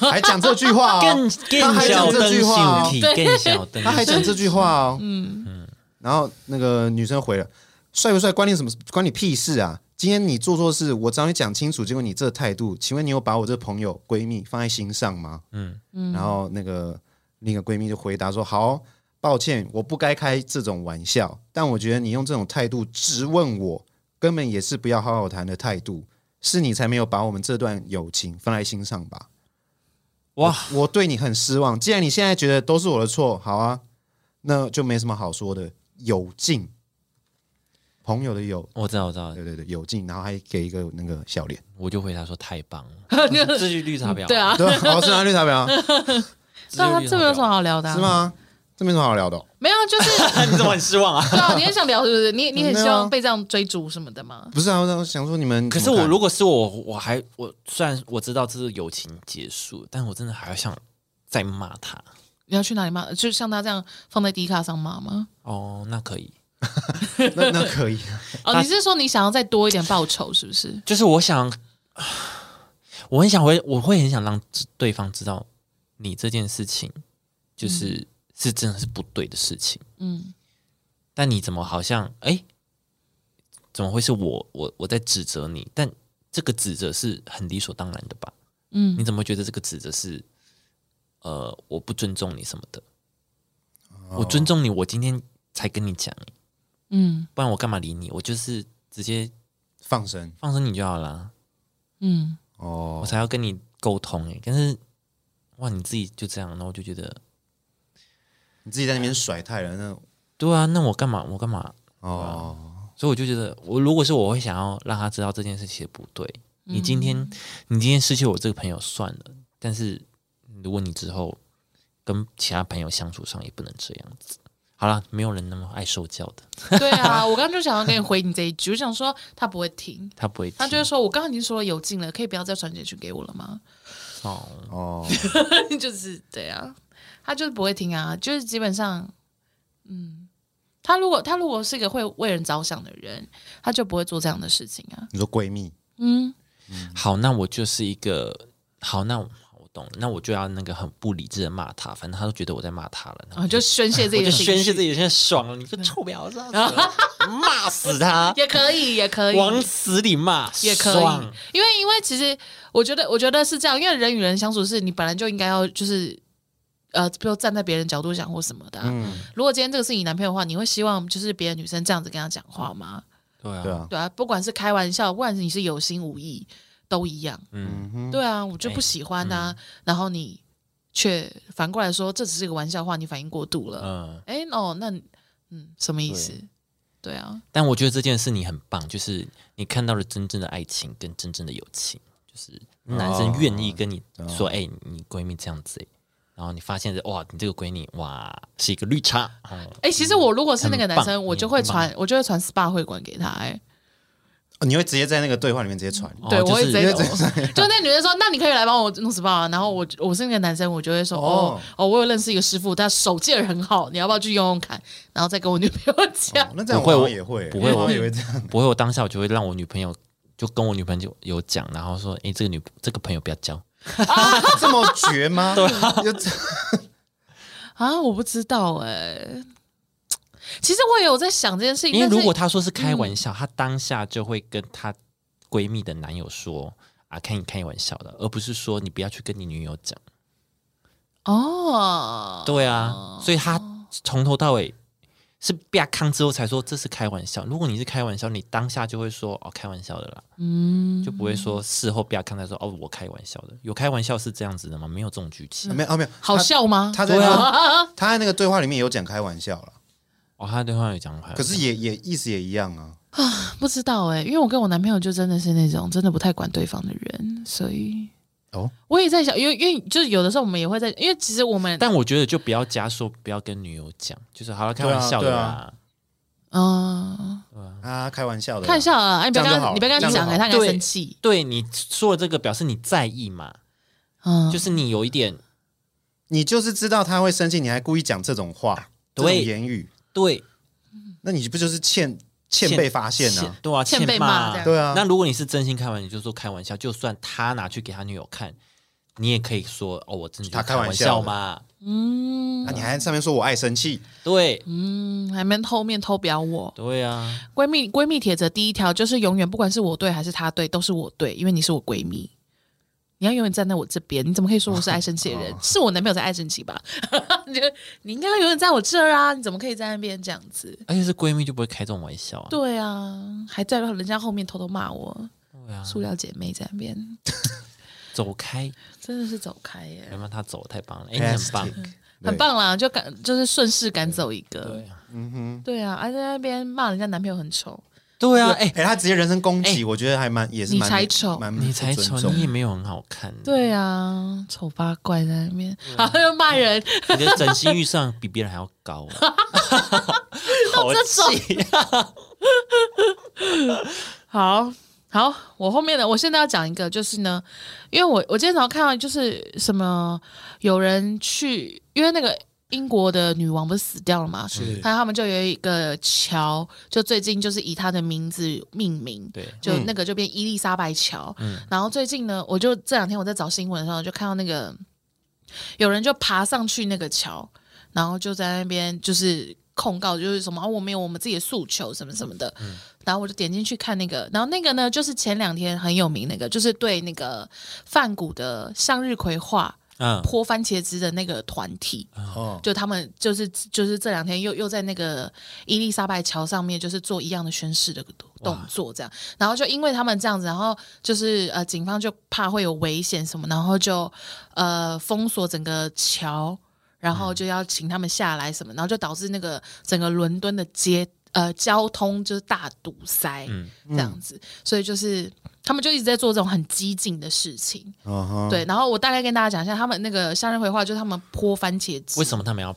还讲这句话更哦，他更还讲小这句灯话小哦体，更小灯，他还讲这句话哦。嗯然后那个女生回了：“帅不帅关你什么？关你屁事啊！今天你做错事，我找你讲清楚，结果你这态度，请问你有把我这朋友闺蜜放在心上吗？”嗯然后那个另一个闺蜜就回答说：“好，抱歉，我不该开这种玩笑，但我觉得你用这种态度质问我，根本也是不要好好谈的态度。是你才没有把我们这段友情放在心上吧？哇，我对你很失望。既然你现在觉得都是我的错，好啊，那就没什么好说的。友敬，朋友的友，我知道我知道，对对对，友敬，然后还给一个那个笑脸， [laughs] 我就回答说太棒 [laughs] 了，这是绿茶婊，对，啊，对，好，是哪绿茶婊？这对是啊，绿茶婊这个有什么？好聊的、是？吗？这没什么好聊的哦、没有啊，就是 [laughs] 你怎么很失望 [laughs] 啊？对啊，你很想聊是不是？你你很没有啊希望被这样追逐什么的吗？不是啊，我想说你们可怎么看，是我如果是我，我还我虽然我知道这是友情结束，但我真的还想再骂他。你要去哪里骂？就像他这样放在 D 卡上骂吗？哦，那可以，那那可以啊。哦，你是说你想要再多一点报酬是不是？就是我想， [sighs] 我很想会，我会很想让对方知道你这件事情就是、是真的是不对的事情，嗯但你怎么好像哎，怎么会是我我我在指责你？但这个指责是很理所当然的吧？嗯你怎么会觉得这个指责是呃我不尊重你什么的？我尊重你，我今天才跟你讲，嗯不然我干嘛理你？我就是直接放生放生你就好了，嗯，哦我，才要跟你沟通哎、但是哇，你自己就这样，然后我就觉得，你自己在那边甩太人那对啊，那我干嘛？我干嘛？哦，所以我就觉得，我如果是我会想要让他知道这件事其实不对。你今天，嗯你今天失去我这个朋友算了，但是如果你之后跟其他朋友相处上也不能这样子。好啦，没有人那么爱受教的， [laughs] 对啊，我刚刚就想要跟你回你这一句，我想说他不会听，他不会听。他就会说我刚刚已经说了有劲了，可以不要再传简讯给我了吗？哦，哦， [laughs] 就是对啊，他就是不会听啊，就是基本上，嗯，他如果他如果是一个会为人着想的人，他就不会做这样的事情啊。你说闺蜜嗯，好，那我就是一个好，那我我懂了，那我就要那个很不理智的骂他，反正他都觉得我在骂他了。然后啊，就宣泄自我己就的宣情泄绪，自己，现在爽了，你个臭婊子，啊骂死他，嗯啊 [laughs] 也可以，也可以，往死里骂，也可爽以，因为因为其实我觉得我觉得是这样，因为人与人相处是你本来就应该要就是。呃，比如站在别人角度想或什么的啊、嗯嗯如果今天这个是你男朋友的话，你会希望就是别的女生这样子跟他讲话吗？对啊，对啊，对啊，不管是开玩笑，不管是你是有心无意，都一样。嗯，哎对啊，我就不喜欢呐、然后你却反过来说这只是个玩笑话，你反应过度了。嗯，哎、哦，那嗯，什么意思？对啊，但我觉得这件事你很棒，就是你看到了真正的爱情跟真正的友情，就是男生愿意跟你说，哎、你闺蜜这样子、哎然后你发现哇，你这个闺蜜哇是一个绿茶，哦哎、其实我如果是那个男很生，棒我就会传，我就会传 SPA 会馆给他、哎，哦你会直接在那个对话里面直接传，哦对、我就会是直接走。 [laughs] 就那女生说：“那你可以来帮我弄 SPA 啊。”然后我我是那个男生，我就会说：“哦哦哦，我有认识一个师傅，他手劲儿很好，你要不要去用用看？”然后再跟我女朋友讲。哦那这样不会我好我像也会，不会我好我像也会这样，不会，我当下我就会让我女朋友就跟我女朋友有讲，然后说，哎、这个女这个朋友不要交， [laughs] 这么绝 [laughs] 吗？对啊，啊，我不知道哎、其实我也有在想这件事情，因为但是嗯如果她说是开玩笑，她当下就会跟她闺蜜的男友说啊，看你开玩笑的，而不是说你不要去跟你女友讲。哦，对啊，所以她从头到尾是被康之后才说这是开玩笑。如果你是开玩笑，你当下就会说哦，开玩笑的啦，嗯，就不会说事后被康才说哦，我开玩笑的。有开玩笑是这样子的吗？没有这种剧情。没有啊没有，嗯好他笑吗？他在对那啊他在那个对话里面有讲开玩笑了，哦，他对话有讲开玩笑，可是也也意思也一样啊，不知道哎、因为我跟我男朋友就真的是那种真的不太管对方的人，所以哦，我也在想，因为因为就是有的时候我们也会在，因为其实我们但我觉得就不要加说不要跟女友讲，就是好了，开玩笑的啊对啦。啊嗯，啊，开玩笑的啦，看一下啊，哎，你别这跟样就他，好你别跟他这样就讲，好哎，他应该对生气。对你说的这个表示你在意嘛，嗯，就是你有一点你就是知道他会生气，你还故意讲这种话，这种对言语，对那你不就是欠欠被发现呢、对啊，欠被骂骂这啊样对啊，那如果你是真心开玩笑，你就说开玩笑，就算他拿去给他女友看，你也可以说哦，我真的就是他开开玩玩笑的笑嘛。嗯那、啊你还在上面说我爱生气，对嗯，还没后面偷表我对啊，闺蜜闺蜜铁则第一条就是永远不管是我对还是她对都是我对，因为你是我闺蜜，你要永远站在我这边。你怎么可以说我是爱生气 [laughs] 的人？哦是我男朋友在爱生气吧？ [laughs] 你就你应该要永远在我这儿啊！你怎么可以在那边这样子？而且哎是闺蜜就不会开这种玩笑啊。对啊，还在人家后面偷偷骂我，对啊，塑料姐妹在那边走开，真的是走开耶，要让他走，太棒了，哎，你很棒。 Fantastic 很棒啦！就赶就是顺势赶走一个对，啊对啊，还、在那边骂人家男朋友很丑，对啊，哎，哎、他直接人身攻击，我觉得还蛮也是蛮你才丑蛮你才不丑尊，重你也没有很好看，对啊，丑八怪在那边，啊然后又骂人，你的整形欲上比别人还要高啊，好这气。 [laughs] 好好，我后面的我现在要讲一个，就是呢，因为我我今天早上看到就是什么有人去，因为那个英国的女王不是死掉了嘛，是然后他们就有一个桥，就最近就是以她的名字命名，对就那个就变伊丽莎白桥。嗯然后最近呢，我就这两天我在找新闻的时候，就看到那个有人就爬上去那个桥，然后就在那边就是控告，就是什么、哦、我们有我们自己的诉求什么什么的。然后我就点进去看那个，然后那个呢，就是前两天很有名那个，就是对那个梵谷的向日葵画 [laughs] 嗯，泼番茄汁的那个团体。哦，就他们就是就是这两天又又在那个伊丽莎白桥上面，就是做一样的宣誓的动作，这样。然后就因为他们这样子，然后就是呃，警方就怕会有危险什么，然后就呃封锁整个桥，然后就要请他们下来什么，然后就导致那个整个伦敦的街呃交通就是大堵塞，嗯这样子。所以就是他们就一直在做这种很激进的事情，嗯哼，对。然后我大概跟大家讲一下，他们那个向日葵花就是他们泼番茄汁，为什么他们要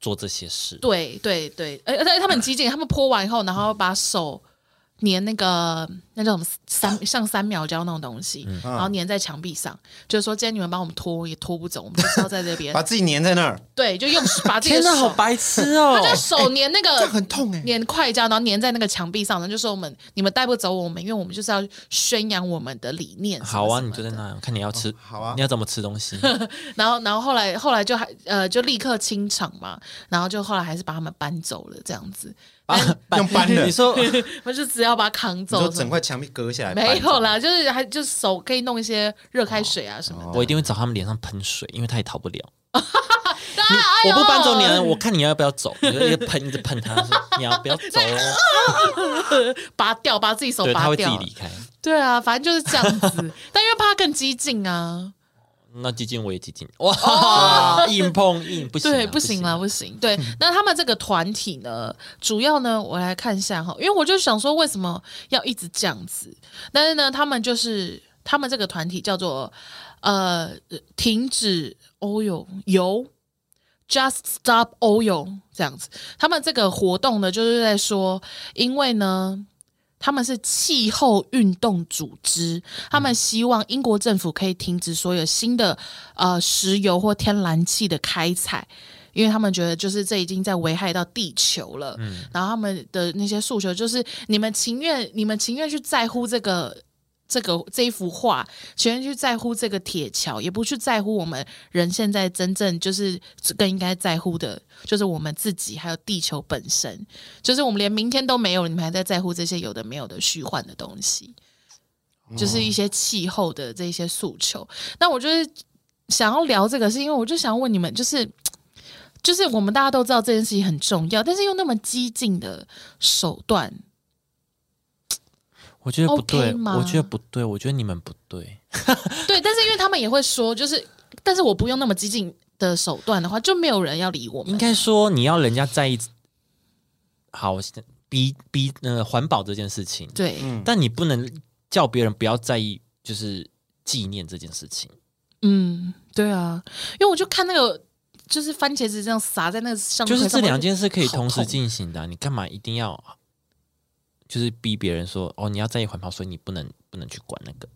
做这些事？对对对，哎而而且他们很激进，他们泼完以后，然后把手粘那个那叫什么三像三秒胶那种东西，嗯然后粘在墙壁上，就是说今天你们帮我们拖也拖不走，我们就是要在这边把，自己粘在那儿，对，就用把自己天的哪，好手，白痴哦！ [laughs] 他就手粘那哎这个样很痛哎、呃粘快胶，然后粘在那个墙壁上，然后就说我们你们带不走我们，因为我们就是要宣扬我们的理念什么好啊，什你么就的哦在那，看你要吃，好啊你要怎么吃东 [laughs] 西？然后，然后后来后来就还呃就立刻清场嘛，然后就后来还是把他们搬走了这样子，啊用搬 [laughs] 的你说哦我就只要把他扛你走说什么的整块墙壁割下来，没有，啦，就是还就是手可以弄一些热开水啊什么的。我一定会找他们脸上喷水，因为他也逃不了。 [laughs] 啊我哎呦不搬走你啊，我看你要不要走，你就一直喷，一直喷他，说你要不 [laughs] 要走？拔掉，把自己手对，他拔会自己掉。离开。对啊，反正就是这 [laughs] 样子。但因为怕他更激进啊，那激进我也激进，哇， [laughs] 硬碰硬不行啊，嗯哦对，不行啦，了，不行。对，那他们这个团体呢，主要呢，我来看一下哈，因为我就想说为什么要一直这样子，但是呢，他们就是他们这个团体叫做呃，停止 oil 油。Just Stop Oil 这样子，他们这个活动呢，就是在说，因为呢，他们是气候运动组织，他们希望英国政府可以停止所有新的呃石油或天然气的开采。因为他们觉得就是这已经在危害到地球了，然后他们的那些诉求就是你们情愿你们情愿去在乎这个这个这一幅画，情愿去在乎这个铁桥，也不去在乎我们人现在真正就是更应该在乎的，就是我们自己还有地球本身，就是我们连明天都没有，你们还在在乎这些有的没有的虚幻的东西，嗯就是一些气候的这些诉求。那我就是想要聊这个，是因为我就想问你们，就是。就是我们大家都知道这件事情很重要，但是用那么激进的手段，我觉得不对 OK 吗我觉得不对，我觉得你们不对，对，但是因为他们也会说，就是，但是我不用那么激进的手段的话，就没有人要理我们。应该说你要人家在意。好，我现在逼逼那个环保这件事情，对，但你不能叫别人不要在意，就是纪念这件事情。嗯，对啊，因为我就看那个就是番茄汁这样撒在那个上面，就是这两件。件事可以同时好痛进行的啊、你干嘛一定要就是逼别人说哦，你要在意环保，所以你不能不能去管那个。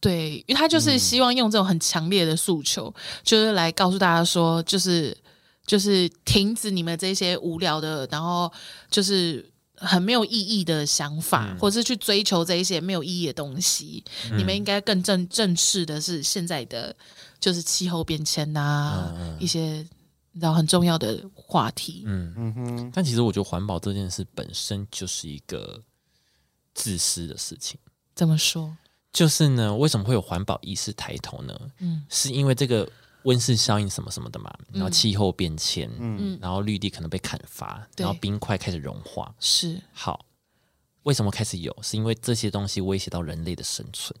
对，因为他就是希望用这种很强烈的诉求，就是来告诉大家说，就是就是停止你们这些无聊的，然后就是很没有意义的想法，或者是去追求这一些没有意义的东西。你们应该更正正视的是现在的就是气候变迁呐、一些你知道很重要的话题。嗯哼，但其实我觉得环保这件事本身就是一个自私的事情。怎么说？就是呢，为什么会有环保意识抬头呢？嗯是因为这个温室效应什么什么的嘛，然后气候变迁，嗯，然后绿地可能被砍伐，对然后冰块开始融化。是好，为什么开始有？是因为这些东西威胁到人类的生存，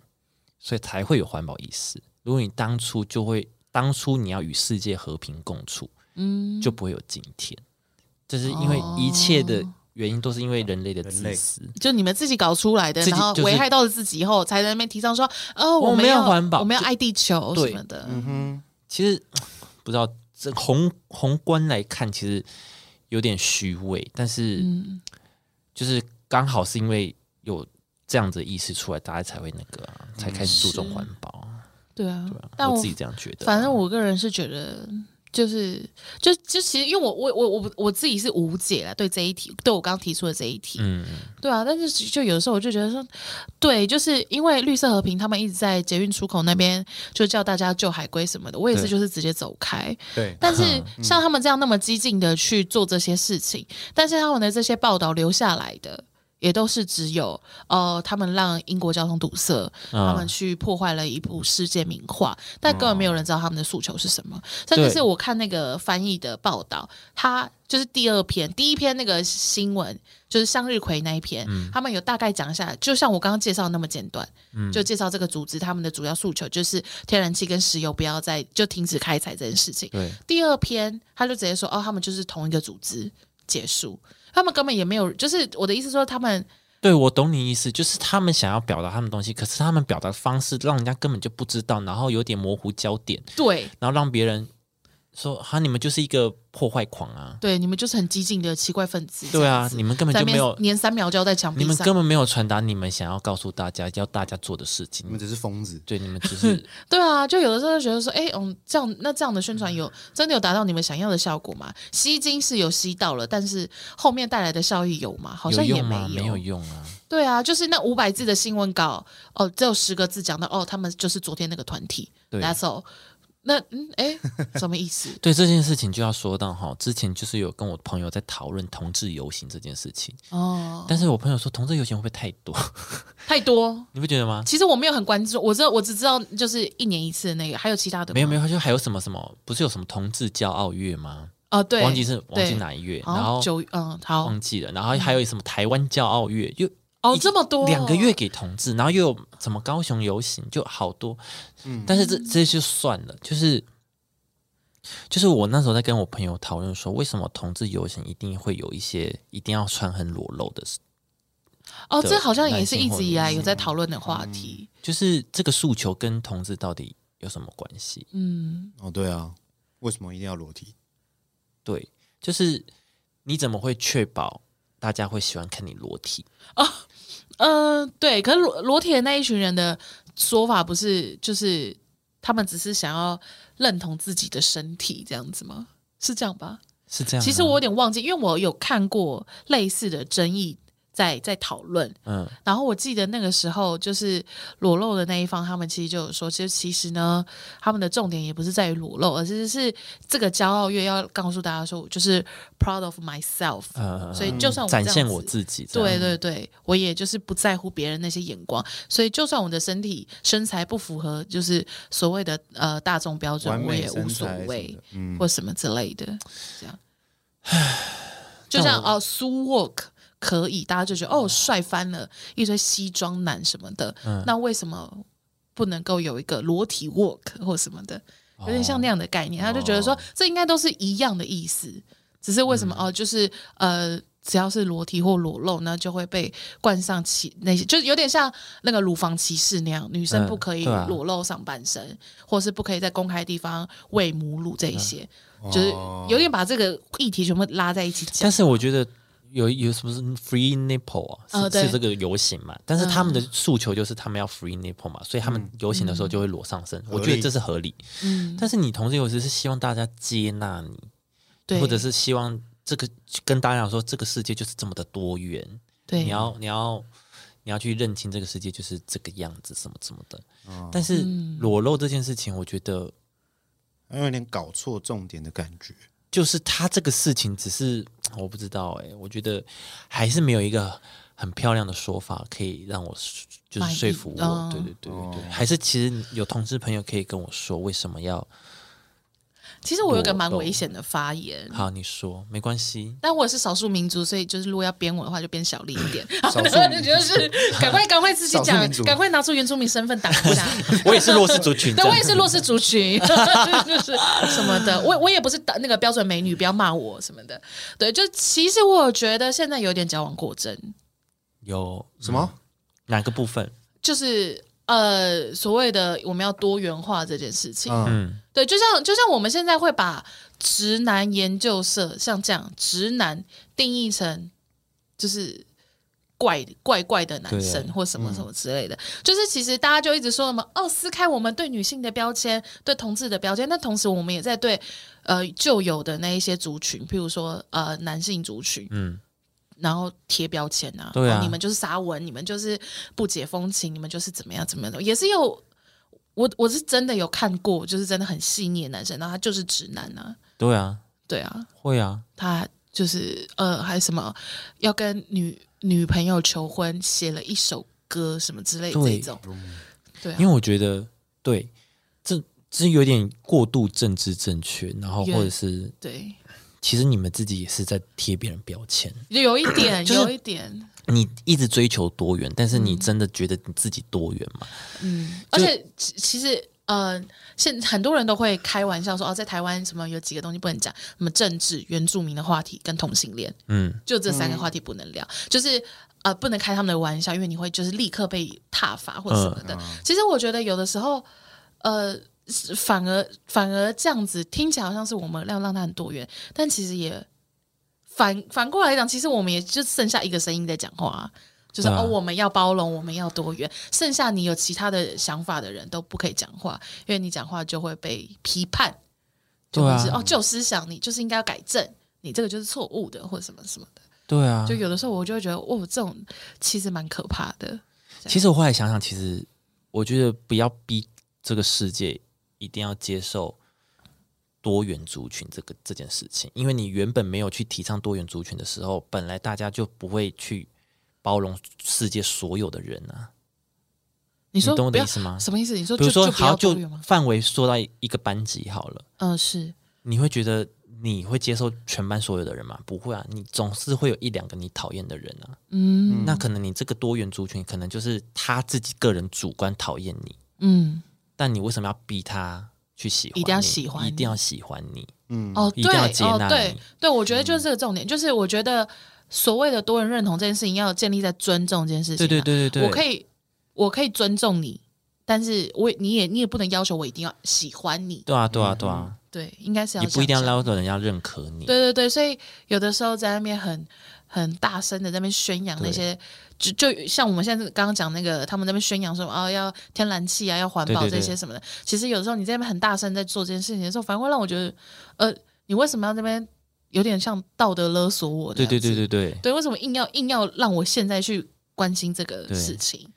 所以才会有环保意识。如果你当初就会，当初你要与世界和平共处，嗯，就不会有今天。这是因为一切的原因都是因为人类的自私。就你们自己搞出来的，自己然后就是危害到了自己以后，才在那边提倡说，哦，我们们要要环保我们要爱地球对什么的。嗯哼，其实不知道这宏宏观来看，其实有点虚伪，但是嗯，就是刚好是因为有这样子的意识出来，大家才会那个、啊，才开始注重环保啊。对啊对啊，但我我自己这样觉得啊。反正我个人是觉得。就是，就就其实，因为我我我我我自己是无解啦，对这一题，对我刚刚提出的这一题，嗯，对啊，但是就就有的时候我就觉得说，对，就是因为绿色和平他们一直在捷运出口那边就叫大家救海龟什么的，我也是对就是直接走开，对，但是像他们这样那么激进的去做这些事情，但是他们的这些报道留下来的。也都是只有呃，他们让英国交通堵塞，啊他们去破坏了一部世界名画，但根本没有人知道他们的诉求是什么。甚至对是我看那个翻译的报道，他就是第二篇，第一篇那个新闻就是向日葵那一篇，他们有大概讲一下，就像我刚刚介绍那么简短，就介绍这个组织他们的主要诉求就是天然气跟石油不要再就停止开采这件事情。对，第二篇他就直接说，哦，他们就是同一个组织结束，他们根本也没有，就是我的意思说，他们对我懂你意思，就是他们想要表达他们的东西，可是他们表达的方式让人家根本就不知道，然后有点模糊焦点，对然后让别人说哈，你们就是一个破坏狂啊。对，你们就是很激进的奇怪分子，对啊，这样子你们根本在就那没边有，粘三秒胶在墙你壁们上根，本没有传达你们想要告诉大家要大家做的事情 [laughs] 你。们只是疯子。对，你们只是对啊，就有的时候就觉得说，哎，嗯，这样那这样的宣传有真的有达到你们想要的效果吗？吸金是有吸到了，但是后面带来的效益有 [laughs] 吗？好有像也用没吗？没有用啊。对啊，就是那五百字的新闻稿，哦，只有十个字讲到哦，他们就是昨天那个团体对，That's all。那嗯，哎，什么意思？对这件事情就要说到哈，之前就是有跟我朋友在讨论同志游行这件事情，哦，但是我朋友说同志游行会不会太多？ [laughs] 太多。你不觉得吗？其实我没有很关注，我这我只知道就是一年一次的那个，还有其他的没有没有有，就还有什么什么，不是有什么同志骄傲月吗？哦，对，忘记是忘记对哪一月，好像然后九嗯好忘记了，然后还有什么台湾骄傲月，就哦一这么多两个月给同志，然后又有什么高雄游行，就好多。但是这这就算了，就是就是我那时候在跟我朋友讨论说，为什么同志游行一定会有一些一定要穿很裸露的事，哦，的这好像也男是性一或直以女来有在讨论的话题。就是这个诉求跟同志到底有什么关系？嗯，哦，对啊，为什么一定要裸体？对，就是你怎么会确保大家会喜欢看你裸体？呃，对，可是裸裸体的那一群人的说法不是就是他们只是想要认同自己的身体这样子吗？是这样吧？是这样吗？啊其实我有点忘记，因为我有看过类似的争议在在讨论，嗯然后我记得那个时候就是裸露的那一方，他们其实就有说，其实其实呢，他们的重点也不是在于裸露，而是是这个骄傲月要告诉大家说，我就是 proud of myself，、呃，所以就算我这展样子现我自己，这对样对对，我也就是不在乎别人那些眼光，所以就算我的身体身材不符合就是所谓的呃大众标完准，我美也无身所材什么谓的，，嗯，或什么之类的，这样。就像但哦，苏 work 可以，大家就觉得哦帅翻了，一堆西装男什么的，那为什么不能够有一个裸体 work 或什么的，有点像那样的概念？他就觉得哦说、这应该都是一样的意思，只是为什么、嗯哦，就是呃。只要是裸体或裸露呢，就会被冠上歧那些，就是有点像那个乳房歧视那样，女生嗯不可以对啊裸露上半身，或是不可以在公开地方喂嗯哦母乳这一些，就是有点把这个议题全部拉在一起讲。但是我觉得有有什么是 free nipple 啊？是、哦对嗯是这个游行嘛？但是他们的诉求就是他们要 free nipple 嘛，所以他们游行的时候就会裸上身，我觉嗯合得理这是合理。嗯，但是你同时有时是希望大家接纳你，对，或者是希望这个跟大家讲说，这个世界就是这么的多元，对，你要你要你要去认清这个世界就是这个样子，什么什么的。但是嗯裸露这件事情，我觉得有点搞错重点的感觉。就是他这个事情，只是我不知道哎、我觉得还是没有一个很漂亮的说法可以让我说就满是说意服我嗯。对对对对对，还是其实有同事朋友可以跟我说为什么要其实我有一个裸蛮露危险的 [laughs] 发言，好，你说没关系， [laughs] 但我是少数民族，所以就是如果要编我的话，就编小力一点。然后少就数民族是赶快赶快自己少数讲民族，赶快拿出原住民身份打 [laughs] 一下。我也是弱势族群，这对，我样也是弱势族群，就是什么的，我我也不是那个标准美女，不要骂我什么的。对，就其实我觉得现在有点矫枉过正，有什么？哪个部分？就是呃所谓的我们要多元化这件事情。嗯，嗯，对，就像就像我们现在会把直男研究社像这样直男定义成就是怪怪怪的男生对啊嗯或什么什么之类的，就是其实大家就一直说什么哦，撕开我们对女性的标签，对同志的标签，但同时我们也在对呃旧有的那一些族群，譬如说呃男性族群，嗯，然后贴标签啊，对啊哦你们就是沙文，你们就是不解风情，你们就是怎么样怎么样的，也是有我我是真的有看过，就是真的很细腻的男生，然后他就是直男啊，对啊，对啊，会啊，他就是呃还什么要跟女女朋友求婚，写了一首歌什么之类对这种，对啊因为我觉得对，这这有点过度政治正确，然后或者是对，其实你们自己也是在贴别人标签，有一点， [coughs] 就是有一点，你一直追求多元，但是嗯你真的觉得你自己多元吗？而且其其实。呃，现很多人都会开玩笑说，哦，在台湾什么有几个东西不能讲，什么政治、原住民的话题跟同性恋，嗯，就这三个话题不能聊，就是呃不能开他们的玩笑，因为你会就是立刻被挞伐或者什嗯么的。其实我觉得有的时候，呃，是反而反而这样子听起来好像是我们要让它很多元，但其实也反反过来讲，其实我们也就剩下一个声音在讲话啊、就是、对啊哦，我们要包容，我们要多元，剩下你有其他的想法的人都不可以讲话，因为你讲话就会被批判，就对会啊是、哦旧思想，你就是应该要改正，你这个就是错误的，或者什么什么的。对啊就。有的时候我就会觉得，哦，这种其实蛮可怕的。其实我后来想想，其实我觉得不要逼这个世界一定要接受多元族群这个这件事情，因为你原本没有去提倡多元族群的时候，本来大家就不会去包容世界所有的人啊。你说你懂我不的要意思吗什么意思？你说比就如说，就不要好，多就元吗？范围缩到一个班级好了，嗯，是你会觉得你会接受全班所有的人吗？不会啊，你总是会有一两个你讨厌的人啊。嗯那可能你这个多元族群，可能就是他自己个人主观讨厌你，嗯但你为什么要逼他去喜欢你？一定要喜欢你一定要喜欢你。哦，一对定要接纳哦你嗯对对，我觉得就是这个重点，就是我觉得所谓的多人认同这件事情，要建立在尊重这件事情、对啊。对对对对，我可以我可以尊重你，但是我也你也你也不能要求我一定要喜欢你。对啊对啊对啊，对，应该是要你不一定要嗯这样要求人家认可你。对对对，所以有的时候在那边很很大声的在那边宣扬那些，就就像我们现在刚刚讲那个，他们在那边宣扬说哦要天然气啊，要环保对对对这些什么的。其实有的时候你在那边很大声在做这件事情的时候，反而会让我觉得，呃，你为什么要这边有点像道德勒索我？对对对对对，对，为什么硬要硬要让我现在去关心这个对事情？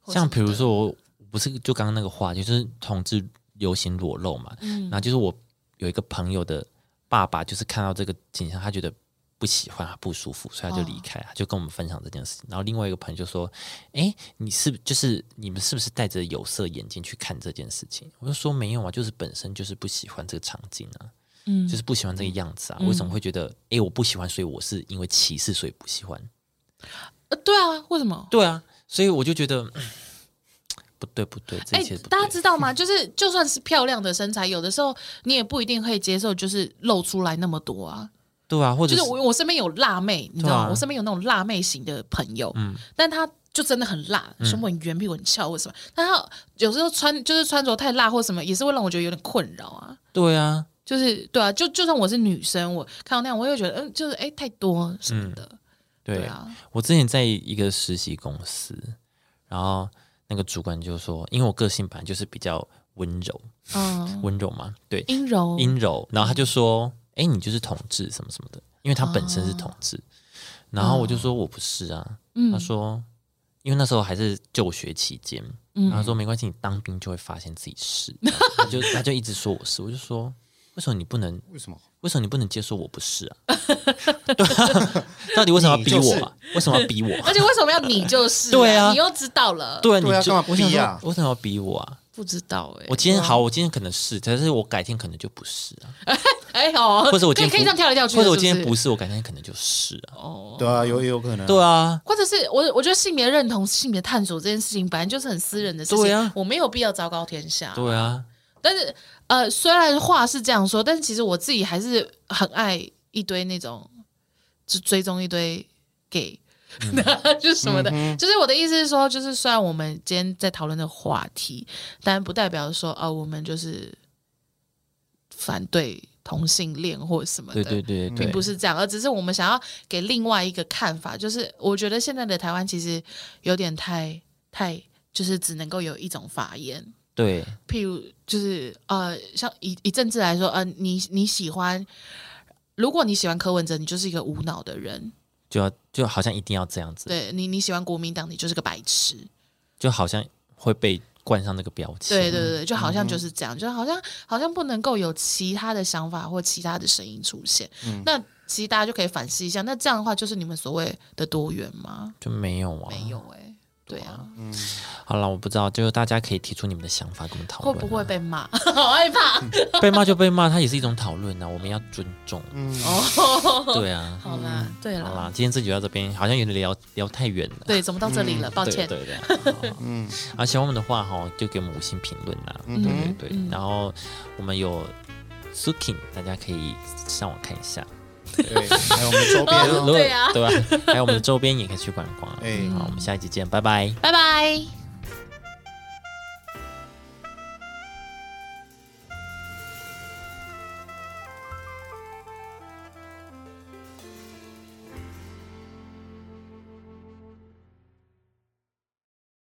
或什像么比如的，说我不是就刚刚那个话，就是同志游行裸露嘛，嗯然后就是我有一个朋友的爸爸，就是看到这个景象，他觉得不喜欢，他不舒服，所以他就哦离开，他就跟我们分享这件事情。然后另外一个朋友就说：“哎，你是不就是你们是不是戴着有色眼镜去看这件事情？”我就说：“没有啊，就是本身就是不喜欢这个场景啊。”嗯就是不喜欢这个样子啊？为什么会觉得哎，我不喜欢，所以我是因为歧视，所以不喜欢？呃，对啊，为什么？对啊，所以我就觉得 [clears throat] 嗯不对不对，这哎、一切不对。大家知道吗？就是就算是漂亮的身材，有的时候你也不一定会接受，就是露出来那么多啊。对啊，或者就是是我我身边有辣妹，你知道吗？对啊嗯我身边有那种辣妹型的朋友，但她就真的很辣，胸部很圆，屁股很翘，或什么。但她有时候穿就是穿着太辣或什么，也是会让我觉得有点困扰啊。对啊，就是对啊，就就算我是女生，我看到那样，我也会觉得，嗯，就是哎、太多什么的。对啊，我之前在一个实习公司，然后那个主管就说，因为我个性本来就是比较温柔，嗯，温柔嘛，对，阴柔，阴柔，然后他就说，哎、你就是同志什么什么的，因为他本身是同志，然后我就说我不是啊，他说，因为那时候还是就学期间，然后他说没关系，你当兵就会发现自己是，他就他就一直说我是，我就说为什么你不能为什么？为什么你不能接受我不是啊？ [laughs] 对啊，到底为什么要逼我啊？为什么要逼 [laughs] 我啊、而且为什么要你就是、 [laughs] 对啊你又知道了， [laughs] 对啊，对啊你就干嘛我想逼啊说为什么要逼我啊？不知道哎、我今天好，我今天可能是，但是我改天可能就不是啊，哎 [laughs] 哦，或者我今天对可以不这样跳来跳去的，或者我今是天不不是是，我改天可能就是啊。哦。对啊，有也有可能、对，啊，或者是我，我觉得性别认同、性别探索这件事情，本来就是很私人的事情，对啊我没有必要昭告天下。对啊，但是，呃，虽然话是这样说，但是其实我自己还是很爱一堆那种，就追踪一堆 gay，、嗯就是 [laughs] 什么的。嗯就是我的意思是说，就是虽然我们今天在讨论的话题，但不代表说，呃，我们就是反对同性恋或什么的。对对对对，啊嗯并不是这样，而只是我们想要给另外一个看法，就是我觉得现在的台湾其实有点太太，就是只能够有一种发言，对譬如就是呃，像以以政治来说，呃，你你喜欢，如果你喜欢柯文哲，你就是一个无脑的人；就要就好像一定要这样子，对你你喜欢国民党，你就是个白痴。就好像会被冠上那个标签。对对对，就好像就是这样，就好像好像不能够有其他的想法或其他的声音出现。那其实大家就可以反思一下，那这样的话就是你们所谓的多元吗？就没有啊，没有哎、对啊，好了，我不知道，就是大家可以提出你们的想法跟我们讨会论、啊不会被骂？ [laughs] 好害怕。被骂就被骂，它也是一种讨论啊，我们要尊重。对啊，哦 [laughs] 好啦，对好啦，啦，今天这集就到这边，好像有点聊聊太远了。对，怎么到这里了？抱歉。对对对，嗯， [laughs] 啊，喜欢我们的话哈，就给我们五星评论啦，嗯对对对，然后我们有 Sukin，大家可以上网看一下，对，还有我们周边如哦果对啊对吧？还有我们的周边也可以去逛逛，哎嗯，好，我们下一集见，拜拜。拜拜。